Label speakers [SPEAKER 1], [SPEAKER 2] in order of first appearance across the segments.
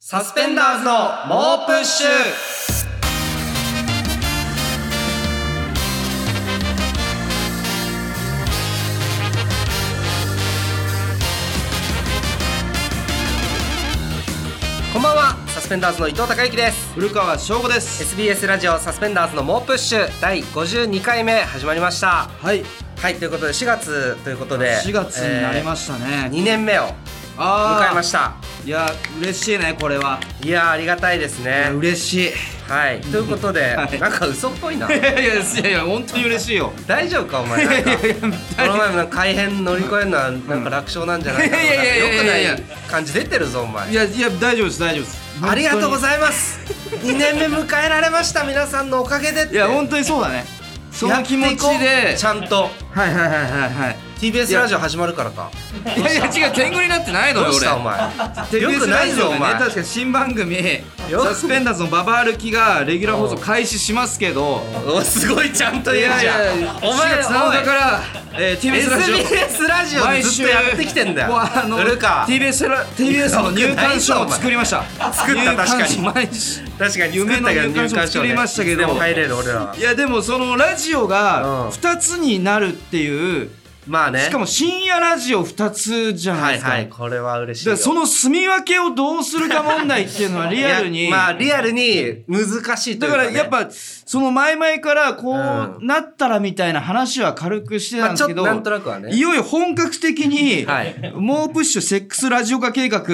[SPEAKER 1] サスペンダーズの猛プッシュこんばんはサスペンダーズの伊藤孝之です
[SPEAKER 2] 古川翔吾です
[SPEAKER 1] SBS ラジオサスペンダーズの猛プッシュ第52回目始まりました
[SPEAKER 2] はい
[SPEAKER 1] はいということで4月ということで
[SPEAKER 2] 4月になりま
[SPEAKER 1] し
[SPEAKER 2] したね、
[SPEAKER 1] 2年目を
[SPEAKER 2] あ
[SPEAKER 1] 迎えま
[SPEAKER 2] し
[SPEAKER 1] した
[SPEAKER 2] たいや嬉しいねこれはい
[SPEAKER 1] やーありがたいです
[SPEAKER 2] い
[SPEAKER 1] ね
[SPEAKER 2] や嬉し いい
[SPEAKER 1] はい、ということで、
[SPEAKER 2] はい
[SPEAKER 1] なんか嘘っぽい な。
[SPEAKER 2] やいやいやいや本当に嬉しいよ
[SPEAKER 1] 大丈夫か、お前。なんか
[SPEAKER 2] いやいやいや
[SPEAKER 1] この前もなんか改編乗り越えるのは、なんか楽勝なんじゃないかとか、
[SPEAKER 2] いやいやいやいやいや
[SPEAKER 1] なんか良くない感じ出てるぞ、お
[SPEAKER 2] い
[SPEAKER 1] 前。
[SPEAKER 2] やいや大丈夫です大丈夫です
[SPEAKER 1] ありがとうご
[SPEAKER 2] い
[SPEAKER 1] ざいます。2年目迎えられました、皆さんのおかげでって。
[SPEAKER 2] いや本当にそうだねその気持ち
[SPEAKER 1] やっていこ
[SPEAKER 2] で
[SPEAKER 1] うちゃんと。
[SPEAKER 2] はいはいはいはいはい
[SPEAKER 1] TBS ラジオ始まるからか。
[SPEAKER 2] いやいや違う天狗になってないの
[SPEAKER 1] ど
[SPEAKER 2] よ
[SPEAKER 1] うした、お
[SPEAKER 2] 俺
[SPEAKER 1] 前。
[SPEAKER 2] テレビ
[SPEAKER 1] よくないぞ、
[SPEAKER 2] ラジオが
[SPEAKER 1] お
[SPEAKER 2] ね
[SPEAKER 1] 前。
[SPEAKER 2] 確かに新番組
[SPEAKER 1] よく
[SPEAKER 2] サスペンダーズのババ歩きがレギュラー放送開始しますけど
[SPEAKER 1] おすごいちゃんと
[SPEAKER 2] い
[SPEAKER 1] 言う
[SPEAKER 2] やい
[SPEAKER 1] じゃん
[SPEAKER 2] やいや
[SPEAKER 1] お前
[SPEAKER 2] 4月7日からら、えー、TBS ラジオ
[SPEAKER 1] SBS ラジオずっとやってきてんだよ
[SPEAKER 2] もうあの
[SPEAKER 1] 古川
[SPEAKER 2] TBS, ラ TBS の入館証を作りました
[SPEAKER 1] 作った確かに
[SPEAKER 2] 入館証毎日
[SPEAKER 1] 確かに作ったけど
[SPEAKER 2] 夢の入
[SPEAKER 1] 入
[SPEAKER 2] 館
[SPEAKER 1] 館
[SPEAKER 2] 証
[SPEAKER 1] 証
[SPEAKER 2] 作りましたけど
[SPEAKER 1] でも入れる俺らはい
[SPEAKER 2] やでもそのラジオ
[SPEAKER 1] うん
[SPEAKER 2] が2つになるっていう、
[SPEAKER 1] まあね
[SPEAKER 2] しかも深夜ラジオ2つじゃない
[SPEAKER 1] はい
[SPEAKER 2] ですか,、
[SPEAKER 1] はいこれは嬉しい
[SPEAKER 2] だか
[SPEAKER 1] よ
[SPEAKER 2] らその住み分けをどうするか問題っていうのはリアル
[SPEAKER 1] い
[SPEAKER 2] に
[SPEAKER 1] やまあリアルに難しいと
[SPEAKER 2] だ
[SPEAKER 1] いう
[SPEAKER 2] か
[SPEAKER 1] か、ね、
[SPEAKER 2] らやっぱその前々からこ
[SPEAKER 1] う
[SPEAKER 2] うなったらみたいな話は軽くして
[SPEAKER 1] ま
[SPEAKER 2] たん
[SPEAKER 1] あ
[SPEAKER 2] で
[SPEAKER 1] ちょ
[SPEAKER 2] す
[SPEAKER 1] っ
[SPEAKER 2] け
[SPEAKER 1] と
[SPEAKER 2] ど、
[SPEAKER 1] なんとなくはね
[SPEAKER 2] いよいよ本格的に、
[SPEAKER 1] はい
[SPEAKER 2] 猛プッシュセックスラジオ化 計画を、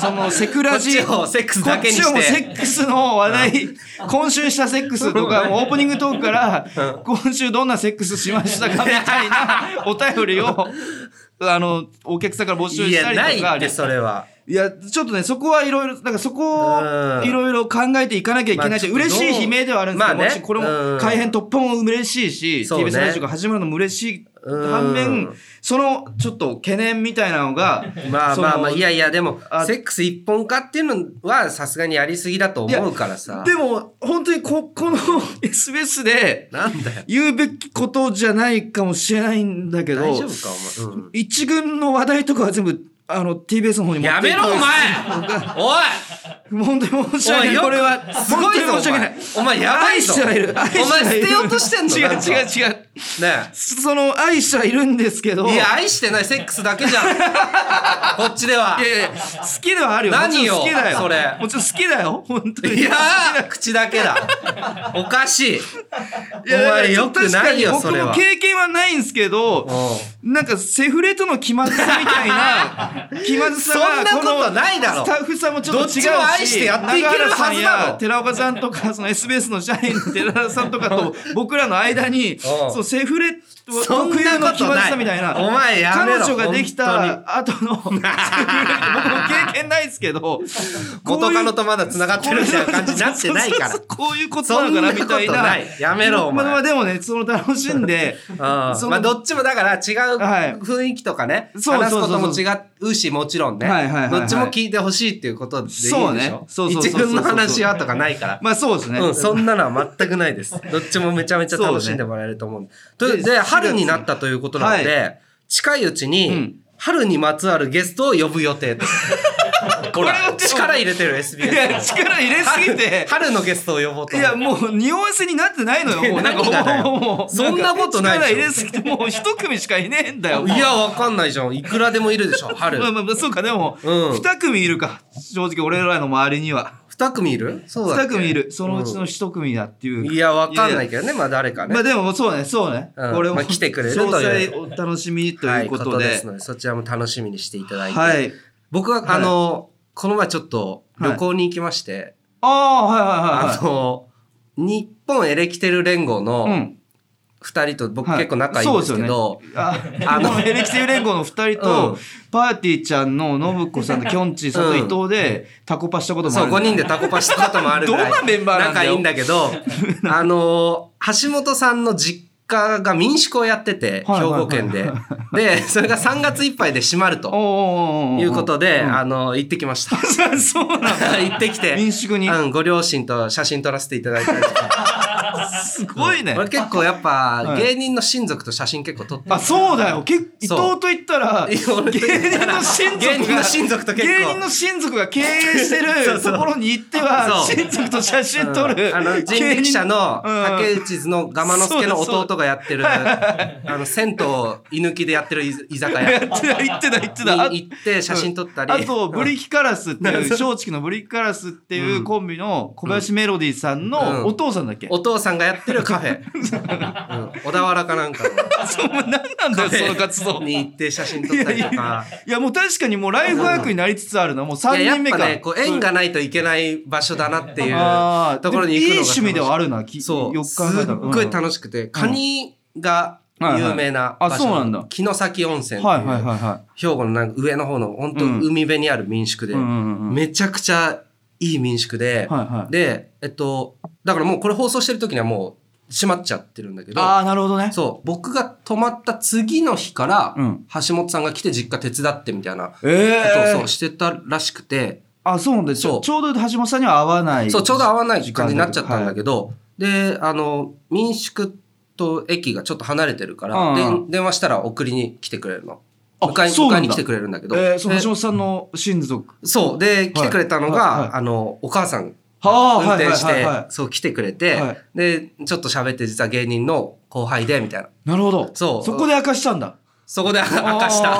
[SPEAKER 2] そのセクラジ
[SPEAKER 1] こっちをセックスだけにして
[SPEAKER 2] こっちをもうセックスの話題、今週したセックスとか、もうオープニングトークから、今週どんなセックスしましたかみたいなお便りを、 あの、お客さんから募集
[SPEAKER 1] い
[SPEAKER 2] し
[SPEAKER 1] や
[SPEAKER 2] たり
[SPEAKER 1] ない
[SPEAKER 2] とか、
[SPEAKER 1] ってそれは。
[SPEAKER 2] いや、ちょっとね、そこはいろいろ、なんかそこを
[SPEAKER 1] うん
[SPEAKER 2] いろいろ考えていかなきゃいけないし、
[SPEAKER 1] まあ
[SPEAKER 2] 嬉しい悲鳴ではあるんですけど、
[SPEAKER 1] まあね
[SPEAKER 2] もちろんこれ
[SPEAKER 1] うん
[SPEAKER 2] も改編突破も嬉しいし、
[SPEAKER 1] そうね
[SPEAKER 2] TBS ラジオが始まるのも嬉しい。
[SPEAKER 1] うん
[SPEAKER 2] 反面、そのちょっと懸念みたいなのが、
[SPEAKER 1] まあ
[SPEAKER 2] その
[SPEAKER 1] まあまあ、いやいや、でも、
[SPEAKER 2] あ
[SPEAKER 1] セックス一本化っていうのはさすがにやりすぎだと思うからさ。
[SPEAKER 2] でも、本当にこ、この SBS で
[SPEAKER 1] なんだよ。
[SPEAKER 2] 言うべきことじゃないかもしれないんだけど、
[SPEAKER 1] 大丈夫か、お前。うん
[SPEAKER 2] 一軍の話題とかは全部、あの、TBS の方に持って
[SPEAKER 1] やめろ、お前おい
[SPEAKER 2] 本当に申し
[SPEAKER 1] お
[SPEAKER 2] 訳
[SPEAKER 1] い
[SPEAKER 2] ない。
[SPEAKER 1] よく
[SPEAKER 2] これは、
[SPEAKER 1] すごいぞ
[SPEAKER 2] 本当に申し訳ない。
[SPEAKER 1] お前お前やばいぞ
[SPEAKER 2] 愛してはいる。愛
[SPEAKER 1] お前
[SPEAKER 2] は
[SPEAKER 1] 捨
[SPEAKER 2] いる
[SPEAKER 1] てようとしてんのなんか
[SPEAKER 2] 違う違う違う。
[SPEAKER 1] ね
[SPEAKER 2] その、愛してはいるんですけど。
[SPEAKER 1] え。いや、愛してないセックスだけじゃん。 こっちでは。
[SPEAKER 2] いやいや好きではあるよ。
[SPEAKER 1] 何よ
[SPEAKER 2] もちろん好きだよ。
[SPEAKER 1] それ
[SPEAKER 2] もちろん好きだよ。本当に。
[SPEAKER 1] いやー口だけだ。おかしい。
[SPEAKER 2] いや
[SPEAKER 1] お前よくないよ、
[SPEAKER 2] 確か
[SPEAKER 1] そ
[SPEAKER 2] に
[SPEAKER 1] れは
[SPEAKER 2] 僕も。経験はないんですけど、なんかセフレとの気まずさみた いな気まずさは
[SPEAKER 1] そんなこと
[SPEAKER 2] の
[SPEAKER 1] ないだろ
[SPEAKER 2] スタッフさんもちょっと違うし
[SPEAKER 1] どっちも愛してやっていけるはずだろ
[SPEAKER 2] 永原さんや寺岡さんとかその SBS の社 員の寺田さんとかと僕らの間に
[SPEAKER 1] おう
[SPEAKER 2] そうセフレ
[SPEAKER 1] そんなことない
[SPEAKER 2] 特有の気まずさみたいな
[SPEAKER 1] お前やめろ
[SPEAKER 2] 彼女ができた後 のセフレって僕も経験ないですけど
[SPEAKER 1] 元カノ
[SPEAKER 2] こ
[SPEAKER 1] とまだ繋がってるみたいな感じになってないから
[SPEAKER 2] そうそうそう。こういうことなのかなみた
[SPEAKER 1] そ
[SPEAKER 2] い
[SPEAKER 1] んなこと
[SPEAKER 2] な
[SPEAKER 1] ないやめろお前
[SPEAKER 2] まあまあでもねその楽しんで
[SPEAKER 1] うん
[SPEAKER 2] その
[SPEAKER 1] まあどっちもだから違う
[SPEAKER 2] はい
[SPEAKER 1] 雰囲気とかね、
[SPEAKER 2] そうそう
[SPEAKER 1] 話す
[SPEAKER 2] そう
[SPEAKER 1] こ
[SPEAKER 2] そう
[SPEAKER 1] とも違うし、もちろんね、
[SPEAKER 2] はいはいはいはい
[SPEAKER 1] どっちも聞いてほしいっていうことでいいでしょ
[SPEAKER 2] そうねそうそうそうそう
[SPEAKER 1] 一軍の話はとかないから。
[SPEAKER 2] まあそうですね、
[SPEAKER 1] うん、そんなのは全くない です。どっちもめちゃめちゃ楽しんでもらえると思う。という
[SPEAKER 2] ね
[SPEAKER 1] で、
[SPEAKER 2] で
[SPEAKER 1] 春になったということなので、
[SPEAKER 2] は
[SPEAKER 1] 近いうち
[SPEAKER 2] う
[SPEAKER 1] に
[SPEAKER 2] ん、
[SPEAKER 1] 春にまつわるゲストを呼ぶ予 定です。ほら
[SPEAKER 2] これを、
[SPEAKER 1] 力入れてる
[SPEAKER 2] い
[SPEAKER 1] SBS。
[SPEAKER 2] や、力入れすぎて。
[SPEAKER 1] 春のゲストを呼ぼうと
[SPEAKER 2] い
[SPEAKER 1] 思って
[SPEAKER 2] や、もう、匂わせになってないのよ。 もう、なんか、
[SPEAKER 1] 何がだよ
[SPEAKER 2] もう、もう、
[SPEAKER 1] そんなことないでしょ
[SPEAKER 2] 力入れすぎて、もう、一組しかいねえんだよ。
[SPEAKER 1] い、や、わかんないじゃん。いくらでもいるでしょ、春
[SPEAKER 2] まあ。まあまあ、そうか、でも、
[SPEAKER 1] うん
[SPEAKER 2] 二組いるか。正直、俺らの周りには。
[SPEAKER 1] 二組いるそうだっ
[SPEAKER 2] 二
[SPEAKER 1] け
[SPEAKER 2] 組いる。そのうちの一組だっていう。
[SPEAKER 1] いや、わかんない
[SPEAKER 2] や
[SPEAKER 1] けどね、まあ誰か
[SPEAKER 2] や
[SPEAKER 1] ね。
[SPEAKER 2] まあ、でも、そうね、そうね。
[SPEAKER 1] うん
[SPEAKER 2] これも、
[SPEAKER 1] まあ来てくれると
[SPEAKER 2] 詳
[SPEAKER 1] いう
[SPEAKER 2] 細お楽しみと
[SPEAKER 1] はいいう
[SPEAKER 2] こ
[SPEAKER 1] こととで。
[SPEAKER 2] です
[SPEAKER 1] ので、そちらも楽しみにしていただいて。
[SPEAKER 2] はい。
[SPEAKER 1] 僕は、
[SPEAKER 2] はい
[SPEAKER 1] あの、この前ちょっと旅行に行きまして、
[SPEAKER 2] ああ、はいはいはい
[SPEAKER 1] あの、日本エレキテル連合
[SPEAKER 2] はい。
[SPEAKER 1] の
[SPEAKER 2] ん。
[SPEAKER 1] 二人と僕
[SPEAKER 2] はい
[SPEAKER 1] 結構仲いいんですけど、
[SPEAKER 2] あ
[SPEAKER 1] あの
[SPEAKER 2] のエレキテル連合の2人
[SPEAKER 1] うん
[SPEAKER 2] と、パーティーちゃんの信子さんときょんちぃさんと伊藤でタコパしたこともあ
[SPEAKER 1] そ
[SPEAKER 2] る
[SPEAKER 1] うん
[SPEAKER 2] だ
[SPEAKER 1] 5人でタコパしたこともあるぐらい
[SPEAKER 2] どんなメンバー なんだ
[SPEAKER 1] 仲い
[SPEAKER 2] よ
[SPEAKER 1] いんだけどあの橋本さんの実家が民宿をやってて
[SPEAKER 2] はい
[SPEAKER 1] 兵
[SPEAKER 2] はいはい
[SPEAKER 1] 庫県ででそれが3月いっぱいで閉まると
[SPEAKER 2] お
[SPEAKER 1] いうことで、
[SPEAKER 2] あ
[SPEAKER 1] あの行ってきました
[SPEAKER 2] そうなんだ
[SPEAKER 1] 行ってきて
[SPEAKER 2] 民宿に
[SPEAKER 1] うん、ご両親と写真撮らせていただいたりとか
[SPEAKER 2] すごいね。
[SPEAKER 1] 俺結構やっぱ
[SPEAKER 2] はい
[SPEAKER 1] 芸人の親族と写真結構撮ってる
[SPEAKER 2] あ、そうだよ。け伊藤
[SPEAKER 1] そう
[SPEAKER 2] と言ったら、
[SPEAKER 1] い
[SPEAKER 2] 芸
[SPEAKER 1] や 俺と言った
[SPEAKER 2] 人
[SPEAKER 1] ら
[SPEAKER 2] の親族
[SPEAKER 1] 芸人の親族と
[SPEAKER 2] が、
[SPEAKER 1] 結構
[SPEAKER 2] 芸人の親族が経営し
[SPEAKER 1] そ
[SPEAKER 2] て
[SPEAKER 1] う
[SPEAKER 2] る
[SPEAKER 1] そう
[SPEAKER 2] ところに行っては、
[SPEAKER 1] そう
[SPEAKER 2] 親族と写真撮
[SPEAKER 1] うん
[SPEAKER 2] る。
[SPEAKER 1] あの人力車の
[SPEAKER 2] 芸人うん
[SPEAKER 1] 竹内のガマ之助の弟がやってる、あの銭湯を居抜きでやってる居居酒
[SPEAKER 2] やっ
[SPEAKER 1] 屋
[SPEAKER 2] てた、言ってた、言ってた。あ
[SPEAKER 1] に行って写真撮ったり。
[SPEAKER 2] あと、ブリキカラスっていう、松竹のブリキカラスっていうコンビの小林メロディーさ
[SPEAKER 1] う
[SPEAKER 2] ん
[SPEAKER 1] ん
[SPEAKER 2] のお父さんだっけ、
[SPEAKER 1] お父さんがやってるカフ ェ。うん小田原かなんか
[SPEAKER 2] そう、何なんだよ、その活動
[SPEAKER 1] の。に行って写真撮ったりとか。
[SPEAKER 2] いや、もう確かにもうライフワークになりつつあるな。もう
[SPEAKER 1] いや
[SPEAKER 2] 3
[SPEAKER 1] や
[SPEAKER 2] 人
[SPEAKER 1] っ
[SPEAKER 2] 目
[SPEAKER 1] ぱ
[SPEAKER 2] か。
[SPEAKER 1] ね、こう縁がないといけない場所だなっていう
[SPEAKER 2] あー
[SPEAKER 1] ところに行くのが
[SPEAKER 2] でもいい趣味ではあ
[SPEAKER 1] る。
[SPEAKER 2] るな、き
[SPEAKER 1] そう。
[SPEAKER 2] よく
[SPEAKER 1] す
[SPEAKER 2] 考え
[SPEAKER 1] っ
[SPEAKER 2] たら
[SPEAKER 1] ごい楽しくて、カニが有名な
[SPEAKER 2] はいはい
[SPEAKER 1] 場所。
[SPEAKER 2] あそうなんだ
[SPEAKER 1] 城崎温泉っていう。
[SPEAKER 2] はいはいはいは
[SPEAKER 1] 兵庫のなんか上の方の本当
[SPEAKER 2] うん
[SPEAKER 1] 海辺にある民宿
[SPEAKER 2] い。
[SPEAKER 1] で、
[SPEAKER 2] うんうんうん
[SPEAKER 1] めちゃくちゃいい民宿で、
[SPEAKER 2] はいはい。
[SPEAKER 1] で、えっと、だからもうこれ放送してる時にはもう閉まっちゃってるんだけど、
[SPEAKER 2] ああ、なるほどね。
[SPEAKER 1] そう、僕が泊まった次の日から
[SPEAKER 2] うん、
[SPEAKER 1] 橋本さんが来て実家手伝ってみたいなこ
[SPEAKER 2] え
[SPEAKER 1] とを
[SPEAKER 2] え
[SPEAKER 1] そうしてたらしくて、
[SPEAKER 2] あ、そうなんです
[SPEAKER 1] そ
[SPEAKER 2] よ。
[SPEAKER 1] う
[SPEAKER 2] ちょうど橋本さんには合わない。
[SPEAKER 1] そう、ちょうど合わない時間
[SPEAKER 2] 時間
[SPEAKER 1] にな
[SPEAKER 2] だけど
[SPEAKER 1] っちゃったんだけど、で、あの、民宿と駅がちょっと離れてるか
[SPEAKER 2] う
[SPEAKER 1] ら、
[SPEAKER 2] ん
[SPEAKER 1] で電話したら送りに来てくれるの。
[SPEAKER 2] あ
[SPEAKER 1] 迎え
[SPEAKER 2] そう
[SPEAKER 1] 迎
[SPEAKER 2] な
[SPEAKER 1] え
[SPEAKER 2] んだ
[SPEAKER 1] に来てくれるんだけど。
[SPEAKER 2] えー、そう、
[SPEAKER 1] で
[SPEAKER 2] 橋本さんの親族。
[SPEAKER 1] そう。で、来てくれたのが、
[SPEAKER 2] はいはい
[SPEAKER 1] あの、お母さん
[SPEAKER 2] は
[SPEAKER 1] 運転して、
[SPEAKER 2] はいはいは
[SPEAKER 1] そう、来てくれて、
[SPEAKER 2] はい
[SPEAKER 1] で、ちょっと喋って、実は芸人の後輩で、みたいな。
[SPEAKER 2] い。なるほど。
[SPEAKER 1] そう
[SPEAKER 2] そこで明かしたんだ。
[SPEAKER 1] そこで 明かした。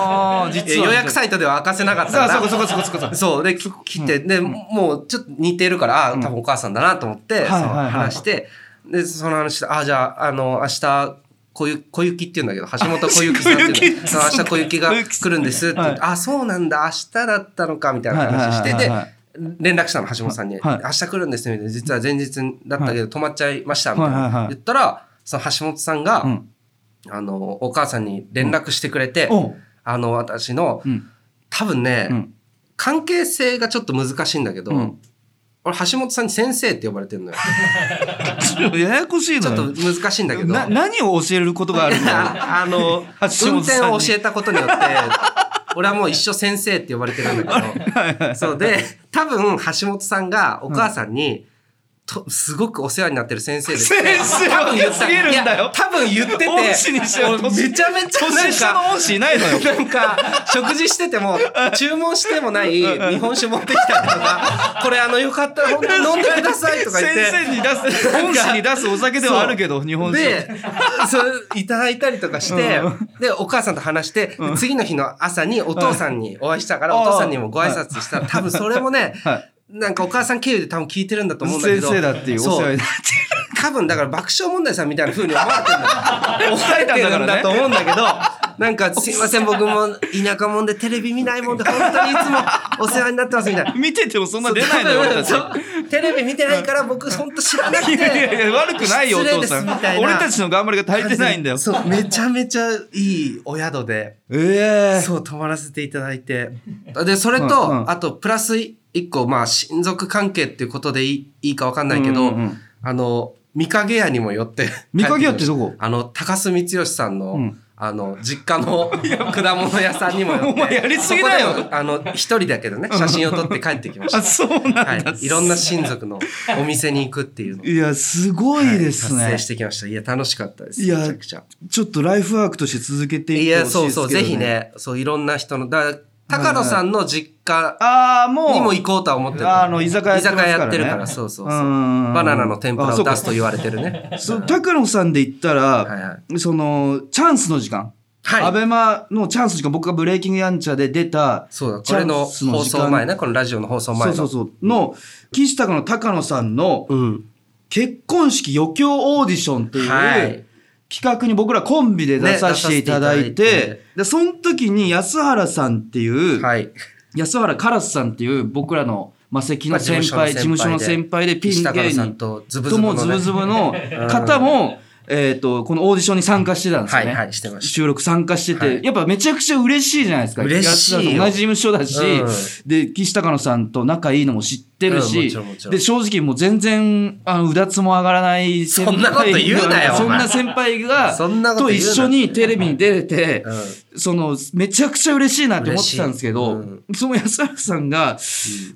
[SPEAKER 2] あー
[SPEAKER 1] え
[SPEAKER 2] 実は。
[SPEAKER 1] 予約サイトでは明かせなかった
[SPEAKER 2] そ
[SPEAKER 1] か
[SPEAKER 2] う
[SPEAKER 1] ら。
[SPEAKER 2] そうかそうかそうかそうか。
[SPEAKER 1] そう、で、き来て、で、もうちょっと似てるから、ああ、多分お母さんだなと思って、
[SPEAKER 2] い
[SPEAKER 1] そ
[SPEAKER 2] は
[SPEAKER 1] の
[SPEAKER 2] いはい
[SPEAKER 1] 話して、で、その話して、ああ、じゃあ、あの、明日、小雪、小雪って言うんだけど、橋本小雪さんっていうの
[SPEAKER 2] 小雪
[SPEAKER 1] そう明日小雪が
[SPEAKER 2] 小雪さん
[SPEAKER 1] 来るんですって言って、
[SPEAKER 2] は
[SPEAKER 1] あ、そうなんだ、明日だったのか、みたいな話して、
[SPEAKER 2] はいはい
[SPEAKER 1] で
[SPEAKER 2] はいはい、
[SPEAKER 1] 連絡したの、橋本さんに、
[SPEAKER 2] はい
[SPEAKER 1] 明日来るんですよ、みたいな、実は前日だったけど、泊まっちゃいました、みたい
[SPEAKER 2] はいはいは
[SPEAKER 1] な。
[SPEAKER 2] い
[SPEAKER 1] 言ったら、その橋本さんが、
[SPEAKER 2] うん。
[SPEAKER 1] あの、お母さんに連絡してくれて、
[SPEAKER 2] おう
[SPEAKER 1] あの、私の
[SPEAKER 2] う、ん。
[SPEAKER 1] 多分ね、
[SPEAKER 2] うん。
[SPEAKER 1] 関係性がちょっと難しいんだけど、
[SPEAKER 2] うん
[SPEAKER 1] 俺橋本さんに先生って呼ばれてる のよ。
[SPEAKER 2] ちょっとややこしい
[SPEAKER 1] ちょ
[SPEAKER 2] の
[SPEAKER 1] っと
[SPEAKER 2] よ。
[SPEAKER 1] 難しいんだけど。
[SPEAKER 2] な、何を教えることがあるんだ ろう
[SPEAKER 1] ああの、
[SPEAKER 2] 橋
[SPEAKER 1] 運
[SPEAKER 2] 本さん
[SPEAKER 1] 転
[SPEAKER 2] に
[SPEAKER 1] を教えたことによって、俺はもう一生先生って呼ばれてるん だけど。そうで、多分橋本さんがお母さんに、とすごくお世話になってる先生ですって。
[SPEAKER 2] 先生
[SPEAKER 1] 多分言った
[SPEAKER 2] すげえるんだよ
[SPEAKER 1] いや多分言ってて。
[SPEAKER 2] 恩師にしては
[SPEAKER 1] 俺めちゃめちゃなん
[SPEAKER 2] 年下
[SPEAKER 1] か、
[SPEAKER 2] の恩師いない のよ。
[SPEAKER 1] なんか、食事してても、注文してもない日本酒持ってきたりとか、これあの、よかったら本当に飲んでくださいとか言って。
[SPEAKER 2] 先生に出す、恩師に出すお酒ではあるけど、日本酒。
[SPEAKER 1] で、 それいただいたりとかして、
[SPEAKER 2] う
[SPEAKER 1] で、お母さんと話して、で次の日の朝にお父さんにお会いしたから、
[SPEAKER 2] はい
[SPEAKER 1] お父さんにもご挨拶したら、多分それもね、
[SPEAKER 2] はい
[SPEAKER 1] なんかお母さん経由で多分聞いてるんだと思うんだけ
[SPEAKER 2] 先
[SPEAKER 1] ど。
[SPEAKER 2] 生だっていうお世
[SPEAKER 1] そ
[SPEAKER 2] 話
[SPEAKER 1] う
[SPEAKER 2] になっ
[SPEAKER 1] 多分だから爆笑問題さんみたいな風に思われてるんだ よ思われてるんだと思うんだけど、 なんかすいません僕も田舎もんでテレビ見ないもんで本当にいつもお世話になってますみたいな
[SPEAKER 2] て。見ててもそんな出ないのよ、俺たち。
[SPEAKER 1] そうテレビ見てないから僕本当知らなくて
[SPEAKER 2] いやいや、 悪くないよ、お
[SPEAKER 1] 失礼
[SPEAKER 2] 父
[SPEAKER 1] です
[SPEAKER 2] さん。
[SPEAKER 1] みたいな
[SPEAKER 2] 俺たちの頑張りが足りてないんだよ。
[SPEAKER 1] そうめちゃめちゃいいお宿で
[SPEAKER 2] ええ。
[SPEAKER 1] そう泊まらせていただいてでそれと、
[SPEAKER 2] うんうん
[SPEAKER 1] あとプラス一個まあ親族関係っていうことでいいいいかわかんないけど、
[SPEAKER 2] うんうんうん
[SPEAKER 1] あの御影屋にも寄って
[SPEAKER 2] 見かけ屋ってどこ
[SPEAKER 1] あの高須光義さんの、
[SPEAKER 2] うん
[SPEAKER 1] あの実家 の果物屋さんにも寄って
[SPEAKER 2] お前やりすぎだ
[SPEAKER 1] そ
[SPEAKER 2] よ
[SPEAKER 1] こでもあの一人だけどね写真を撮って帰ってきまし
[SPEAKER 2] あ、
[SPEAKER 1] た
[SPEAKER 2] そうなんだ。
[SPEAKER 1] はい、いろんな親族のお店に行くっていうのを
[SPEAKER 2] いや、すごいです
[SPEAKER 1] はい達
[SPEAKER 2] ね
[SPEAKER 1] 成し。てきましたいや楽しかったです
[SPEAKER 2] いや
[SPEAKER 1] めちゃくちゃ
[SPEAKER 2] ちょっとライフワークとして続けていっ
[SPEAKER 1] い
[SPEAKER 2] て
[SPEAKER 1] や、
[SPEAKER 2] ほしい
[SPEAKER 1] そ
[SPEAKER 2] で
[SPEAKER 1] う
[SPEAKER 2] すけ
[SPEAKER 1] そ
[SPEAKER 2] ど
[SPEAKER 1] う、ぜひ。ね、そう、いろんな人の、だから高野さんの実家
[SPEAKER 2] ああ、もう。
[SPEAKER 1] にも行こうとは思ってる。
[SPEAKER 2] ああの居酒屋やってますから
[SPEAKER 1] 居酒
[SPEAKER 2] ね
[SPEAKER 1] 屋やってるから、そうそうそう。
[SPEAKER 2] うんうんうん
[SPEAKER 1] バナナの天ぷら
[SPEAKER 2] あ
[SPEAKER 1] を
[SPEAKER 2] そうか
[SPEAKER 1] 出すと言われてるね。
[SPEAKER 2] そう高野さんで言ったら、
[SPEAKER 1] いは
[SPEAKER 2] そのチャンスの時間、
[SPEAKER 1] はい
[SPEAKER 2] アベマのチャンスの時間僕が「ブレイキングヤンチャ」で出た
[SPEAKER 1] そうだ、これの
[SPEAKER 2] チャンス
[SPEAKER 1] 放
[SPEAKER 2] 時
[SPEAKER 1] 送
[SPEAKER 2] 間
[SPEAKER 1] 前ね、このラジオの放送前
[SPEAKER 2] そう
[SPEAKER 1] の。
[SPEAKER 2] そうそうの岸高の高野さんの
[SPEAKER 1] うん。
[SPEAKER 2] 結婚式余興オーディションっていう、
[SPEAKER 1] はい
[SPEAKER 2] 企画に僕らコンビで出させていただいて,、
[SPEAKER 1] ね出させていただいて
[SPEAKER 2] でその時に安原さんっていう、
[SPEAKER 1] はい。
[SPEAKER 2] 安原カラスさんっていう僕らの魔石
[SPEAKER 1] ま
[SPEAKER 2] の
[SPEAKER 1] あ
[SPEAKER 2] 先輩、事務所の先輩でピン
[SPEAKER 1] 石高
[SPEAKER 2] 芸
[SPEAKER 1] 野さ
[SPEAKER 2] 人
[SPEAKER 1] んとズブズ
[SPEAKER 2] と
[SPEAKER 1] ブの、
[SPEAKER 2] も
[SPEAKER 1] ね。
[SPEAKER 2] ズブズブの方も、えっと、このオーディションに参加してたんですよ
[SPEAKER 1] は
[SPEAKER 2] ね。
[SPEAKER 1] いはい、してまし
[SPEAKER 2] 収録参加してて、
[SPEAKER 1] はい
[SPEAKER 2] やっぱめちゃくちゃ嬉しいじゃないですか。
[SPEAKER 1] 嬉しいよ
[SPEAKER 2] 安田さんと同じ事務所だし、
[SPEAKER 1] うん
[SPEAKER 2] で、岸高野さんと仲いいのも知って
[SPEAKER 1] う
[SPEAKER 2] る
[SPEAKER 1] んも
[SPEAKER 2] し
[SPEAKER 1] ちろんもち、ろん
[SPEAKER 2] で、正直もう全然、あの、うだつも上がらない先輩
[SPEAKER 1] そんなこと言うな よ
[SPEAKER 2] そん
[SPEAKER 1] お前
[SPEAKER 2] な先輩が、
[SPEAKER 1] そんなこと
[SPEAKER 2] と
[SPEAKER 1] 言う
[SPEAKER 2] 一
[SPEAKER 1] な
[SPEAKER 2] 緒にテレビに出れて、
[SPEAKER 1] た。うん。
[SPEAKER 2] そのめちゃくちゃ嬉しいなって思ってたんですけど、
[SPEAKER 1] 嬉し
[SPEAKER 2] その安原さんが、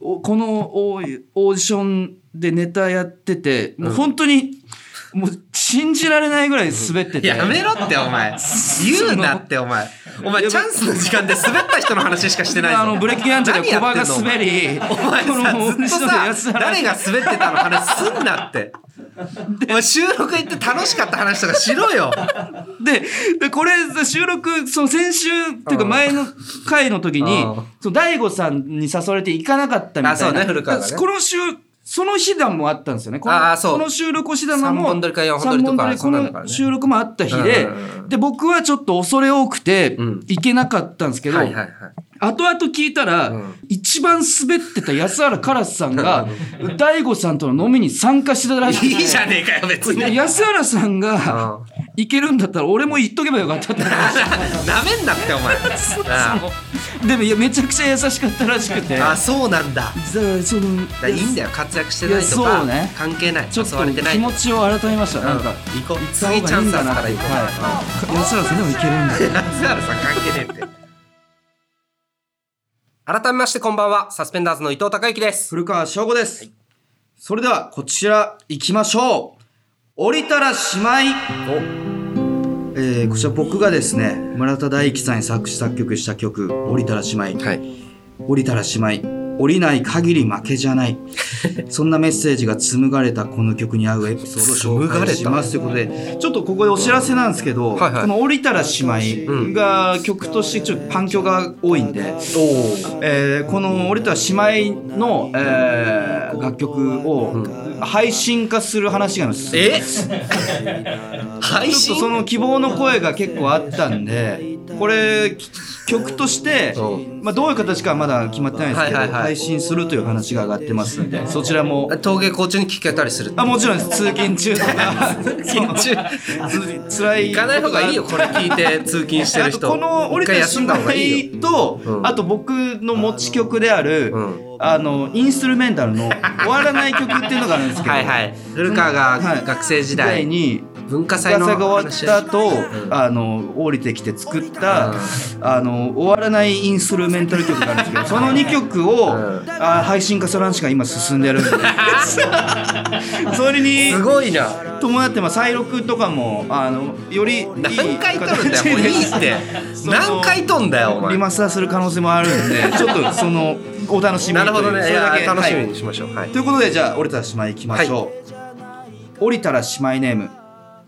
[SPEAKER 2] おこのオーオーディションでネタやっててもう本当に、もう信じられないぐらい滑ってて。
[SPEAKER 1] やめろって、お前。言うなって、お前。お前、チャンスの時間で滑った人の話しかしてないぞ
[SPEAKER 2] あの、ブレーキなんちゃらで小
[SPEAKER 1] 何
[SPEAKER 2] バ
[SPEAKER 1] や
[SPEAKER 2] が
[SPEAKER 1] ってんの
[SPEAKER 2] 滑り、
[SPEAKER 1] お前
[SPEAKER 2] この
[SPEAKER 1] さ、ずっと
[SPEAKER 2] 大西
[SPEAKER 1] さ、
[SPEAKER 2] 野で安
[SPEAKER 1] 誰
[SPEAKER 2] 原
[SPEAKER 1] が滑ってたの話すんなって。お前収録行って楽しかった話とかしろよ。
[SPEAKER 2] で、でこれ、収録、その先週、っていうか前の回の時に
[SPEAKER 1] うん、
[SPEAKER 2] その大悟さんに誘われて行かなかったみたいな。
[SPEAKER 1] あそうね古川がね
[SPEAKER 2] この週、その日談もあったんですよね。この
[SPEAKER 1] あーそう
[SPEAKER 2] この収録をしだの
[SPEAKER 1] 三
[SPEAKER 2] も、
[SPEAKER 1] 本撮りか四本撮りとか
[SPEAKER 2] 三本撮
[SPEAKER 1] そんなんだか
[SPEAKER 2] こ
[SPEAKER 1] ら
[SPEAKER 2] の
[SPEAKER 1] ね
[SPEAKER 2] 収録もあった日で
[SPEAKER 1] うんうんう、
[SPEAKER 2] で、僕はちょっと恐れ多くて
[SPEAKER 1] うん、
[SPEAKER 2] 行けなかったんですけど、
[SPEAKER 1] はいはいはい。
[SPEAKER 2] 後々聞いたら、
[SPEAKER 1] うん
[SPEAKER 2] 一番滑ってた安原カラスさんが、大悟さんとの飲みに参加してたらしくて
[SPEAKER 1] いいじゃねえかよ、別に。
[SPEAKER 2] で安原さんが、
[SPEAKER 1] うん
[SPEAKER 2] 行けるんだったら俺も行っとけばよかったって話
[SPEAKER 1] なめんなって、お前。あ
[SPEAKER 2] でもいやめちゃくちゃ優しかったらしくて
[SPEAKER 1] ああ、そうなんだ。
[SPEAKER 2] だからその
[SPEAKER 1] だからいいんだよ、活躍してないと
[SPEAKER 2] いや
[SPEAKER 1] か
[SPEAKER 2] そうね、
[SPEAKER 1] 関係ない。
[SPEAKER 2] ちょっ
[SPEAKER 1] 誘
[SPEAKER 2] と
[SPEAKER 1] われてない
[SPEAKER 2] 気
[SPEAKER 1] とか。
[SPEAKER 2] 持ちを改めました、なんか
[SPEAKER 1] うん行こう。
[SPEAKER 2] 行った
[SPEAKER 1] 次チャ
[SPEAKER 2] 方がいい
[SPEAKER 1] ン
[SPEAKER 2] ん
[SPEAKER 1] スあ
[SPEAKER 2] だ
[SPEAKER 1] る
[SPEAKER 2] な
[SPEAKER 1] か
[SPEAKER 2] っ
[SPEAKER 1] ら
[SPEAKER 2] て
[SPEAKER 1] 行こ
[SPEAKER 2] はい、安原さんでも行けるんだ
[SPEAKER 1] う。安原さん関係ねえって。改めましてこんばんは、サスペンダーズの伊藤孝之です。
[SPEAKER 2] 古川翔吾です、それではこちら行きましょう降りたらしまい、えーこちら僕がですね村田大樹さんに作詞作曲した曲「降りたらしまい」
[SPEAKER 1] はい。
[SPEAKER 2] 降りたらしまい降りない限り負けじゃ ないそんなメッセージが紡がれたこの曲に合うエピソードを紹介しますということでちょっとここでお知らせなんですけど、
[SPEAKER 1] はいはい
[SPEAKER 2] この「降りたらしまい」が曲としてちょっと反響が多いんで、
[SPEAKER 1] おお。
[SPEAKER 2] えーこの「俺とは姉妹の」えー楽曲を配信化する話が進んで
[SPEAKER 1] え配
[SPEAKER 2] ちょっとそ
[SPEAKER 1] 信
[SPEAKER 2] の希望の声が結構あったんでこれき曲として
[SPEAKER 1] う、
[SPEAKER 2] まあ、どういう形かはまだ決まってないんですけど、
[SPEAKER 1] はいはいはい
[SPEAKER 2] 配信するという話が上がってますんでそちらも
[SPEAKER 1] 陶芸校中に聞けたりする。
[SPEAKER 2] あもちろんです通勤中とか
[SPEAKER 1] 中
[SPEAKER 2] そうつ辛い
[SPEAKER 1] 行かない方がいいよ、これ聞いて通勤してる人。
[SPEAKER 2] あとこの俺
[SPEAKER 1] 一回
[SPEAKER 2] たち
[SPEAKER 1] 休んだ方がいいよ。
[SPEAKER 2] のと、
[SPEAKER 1] うん
[SPEAKER 2] あと僕の持ち曲である、
[SPEAKER 1] う
[SPEAKER 2] あのインストゥルメンタルの終わらない曲っていうのがあるんですけど
[SPEAKER 1] はいはい。古川
[SPEAKER 2] は
[SPEAKER 1] が
[SPEAKER 2] い
[SPEAKER 1] 学生時代、
[SPEAKER 2] に
[SPEAKER 1] 文化祭
[SPEAKER 2] 朝
[SPEAKER 1] の
[SPEAKER 2] が終わっ
[SPEAKER 1] 話
[SPEAKER 2] た後、
[SPEAKER 1] ん
[SPEAKER 2] あの降りてきて作った、あの終わらないインストゥルメンタル曲がある んですけどその2曲を、
[SPEAKER 1] うん
[SPEAKER 2] あ配信化する話が今進んでるんで それに
[SPEAKER 1] すごいな。
[SPEAKER 2] 伴ってまあ再録とかもあのよりいい
[SPEAKER 1] 何回撮るんだよ、もういいって。
[SPEAKER 2] その
[SPEAKER 1] 何回撮んだよ、お前
[SPEAKER 2] リ。マスターする可能性もあるん でちょっとそのお楽しみ
[SPEAKER 1] な
[SPEAKER 2] にとい
[SPEAKER 1] るほ
[SPEAKER 2] う
[SPEAKER 1] どね。
[SPEAKER 2] そ
[SPEAKER 1] い
[SPEAKER 2] れだ
[SPEAKER 1] や
[SPEAKER 2] け
[SPEAKER 1] 楽しみ
[SPEAKER 2] はい
[SPEAKER 1] にしましょう。はい。
[SPEAKER 2] ということでじゃあ降りたら島へ行きましょう、降りたら島へネーム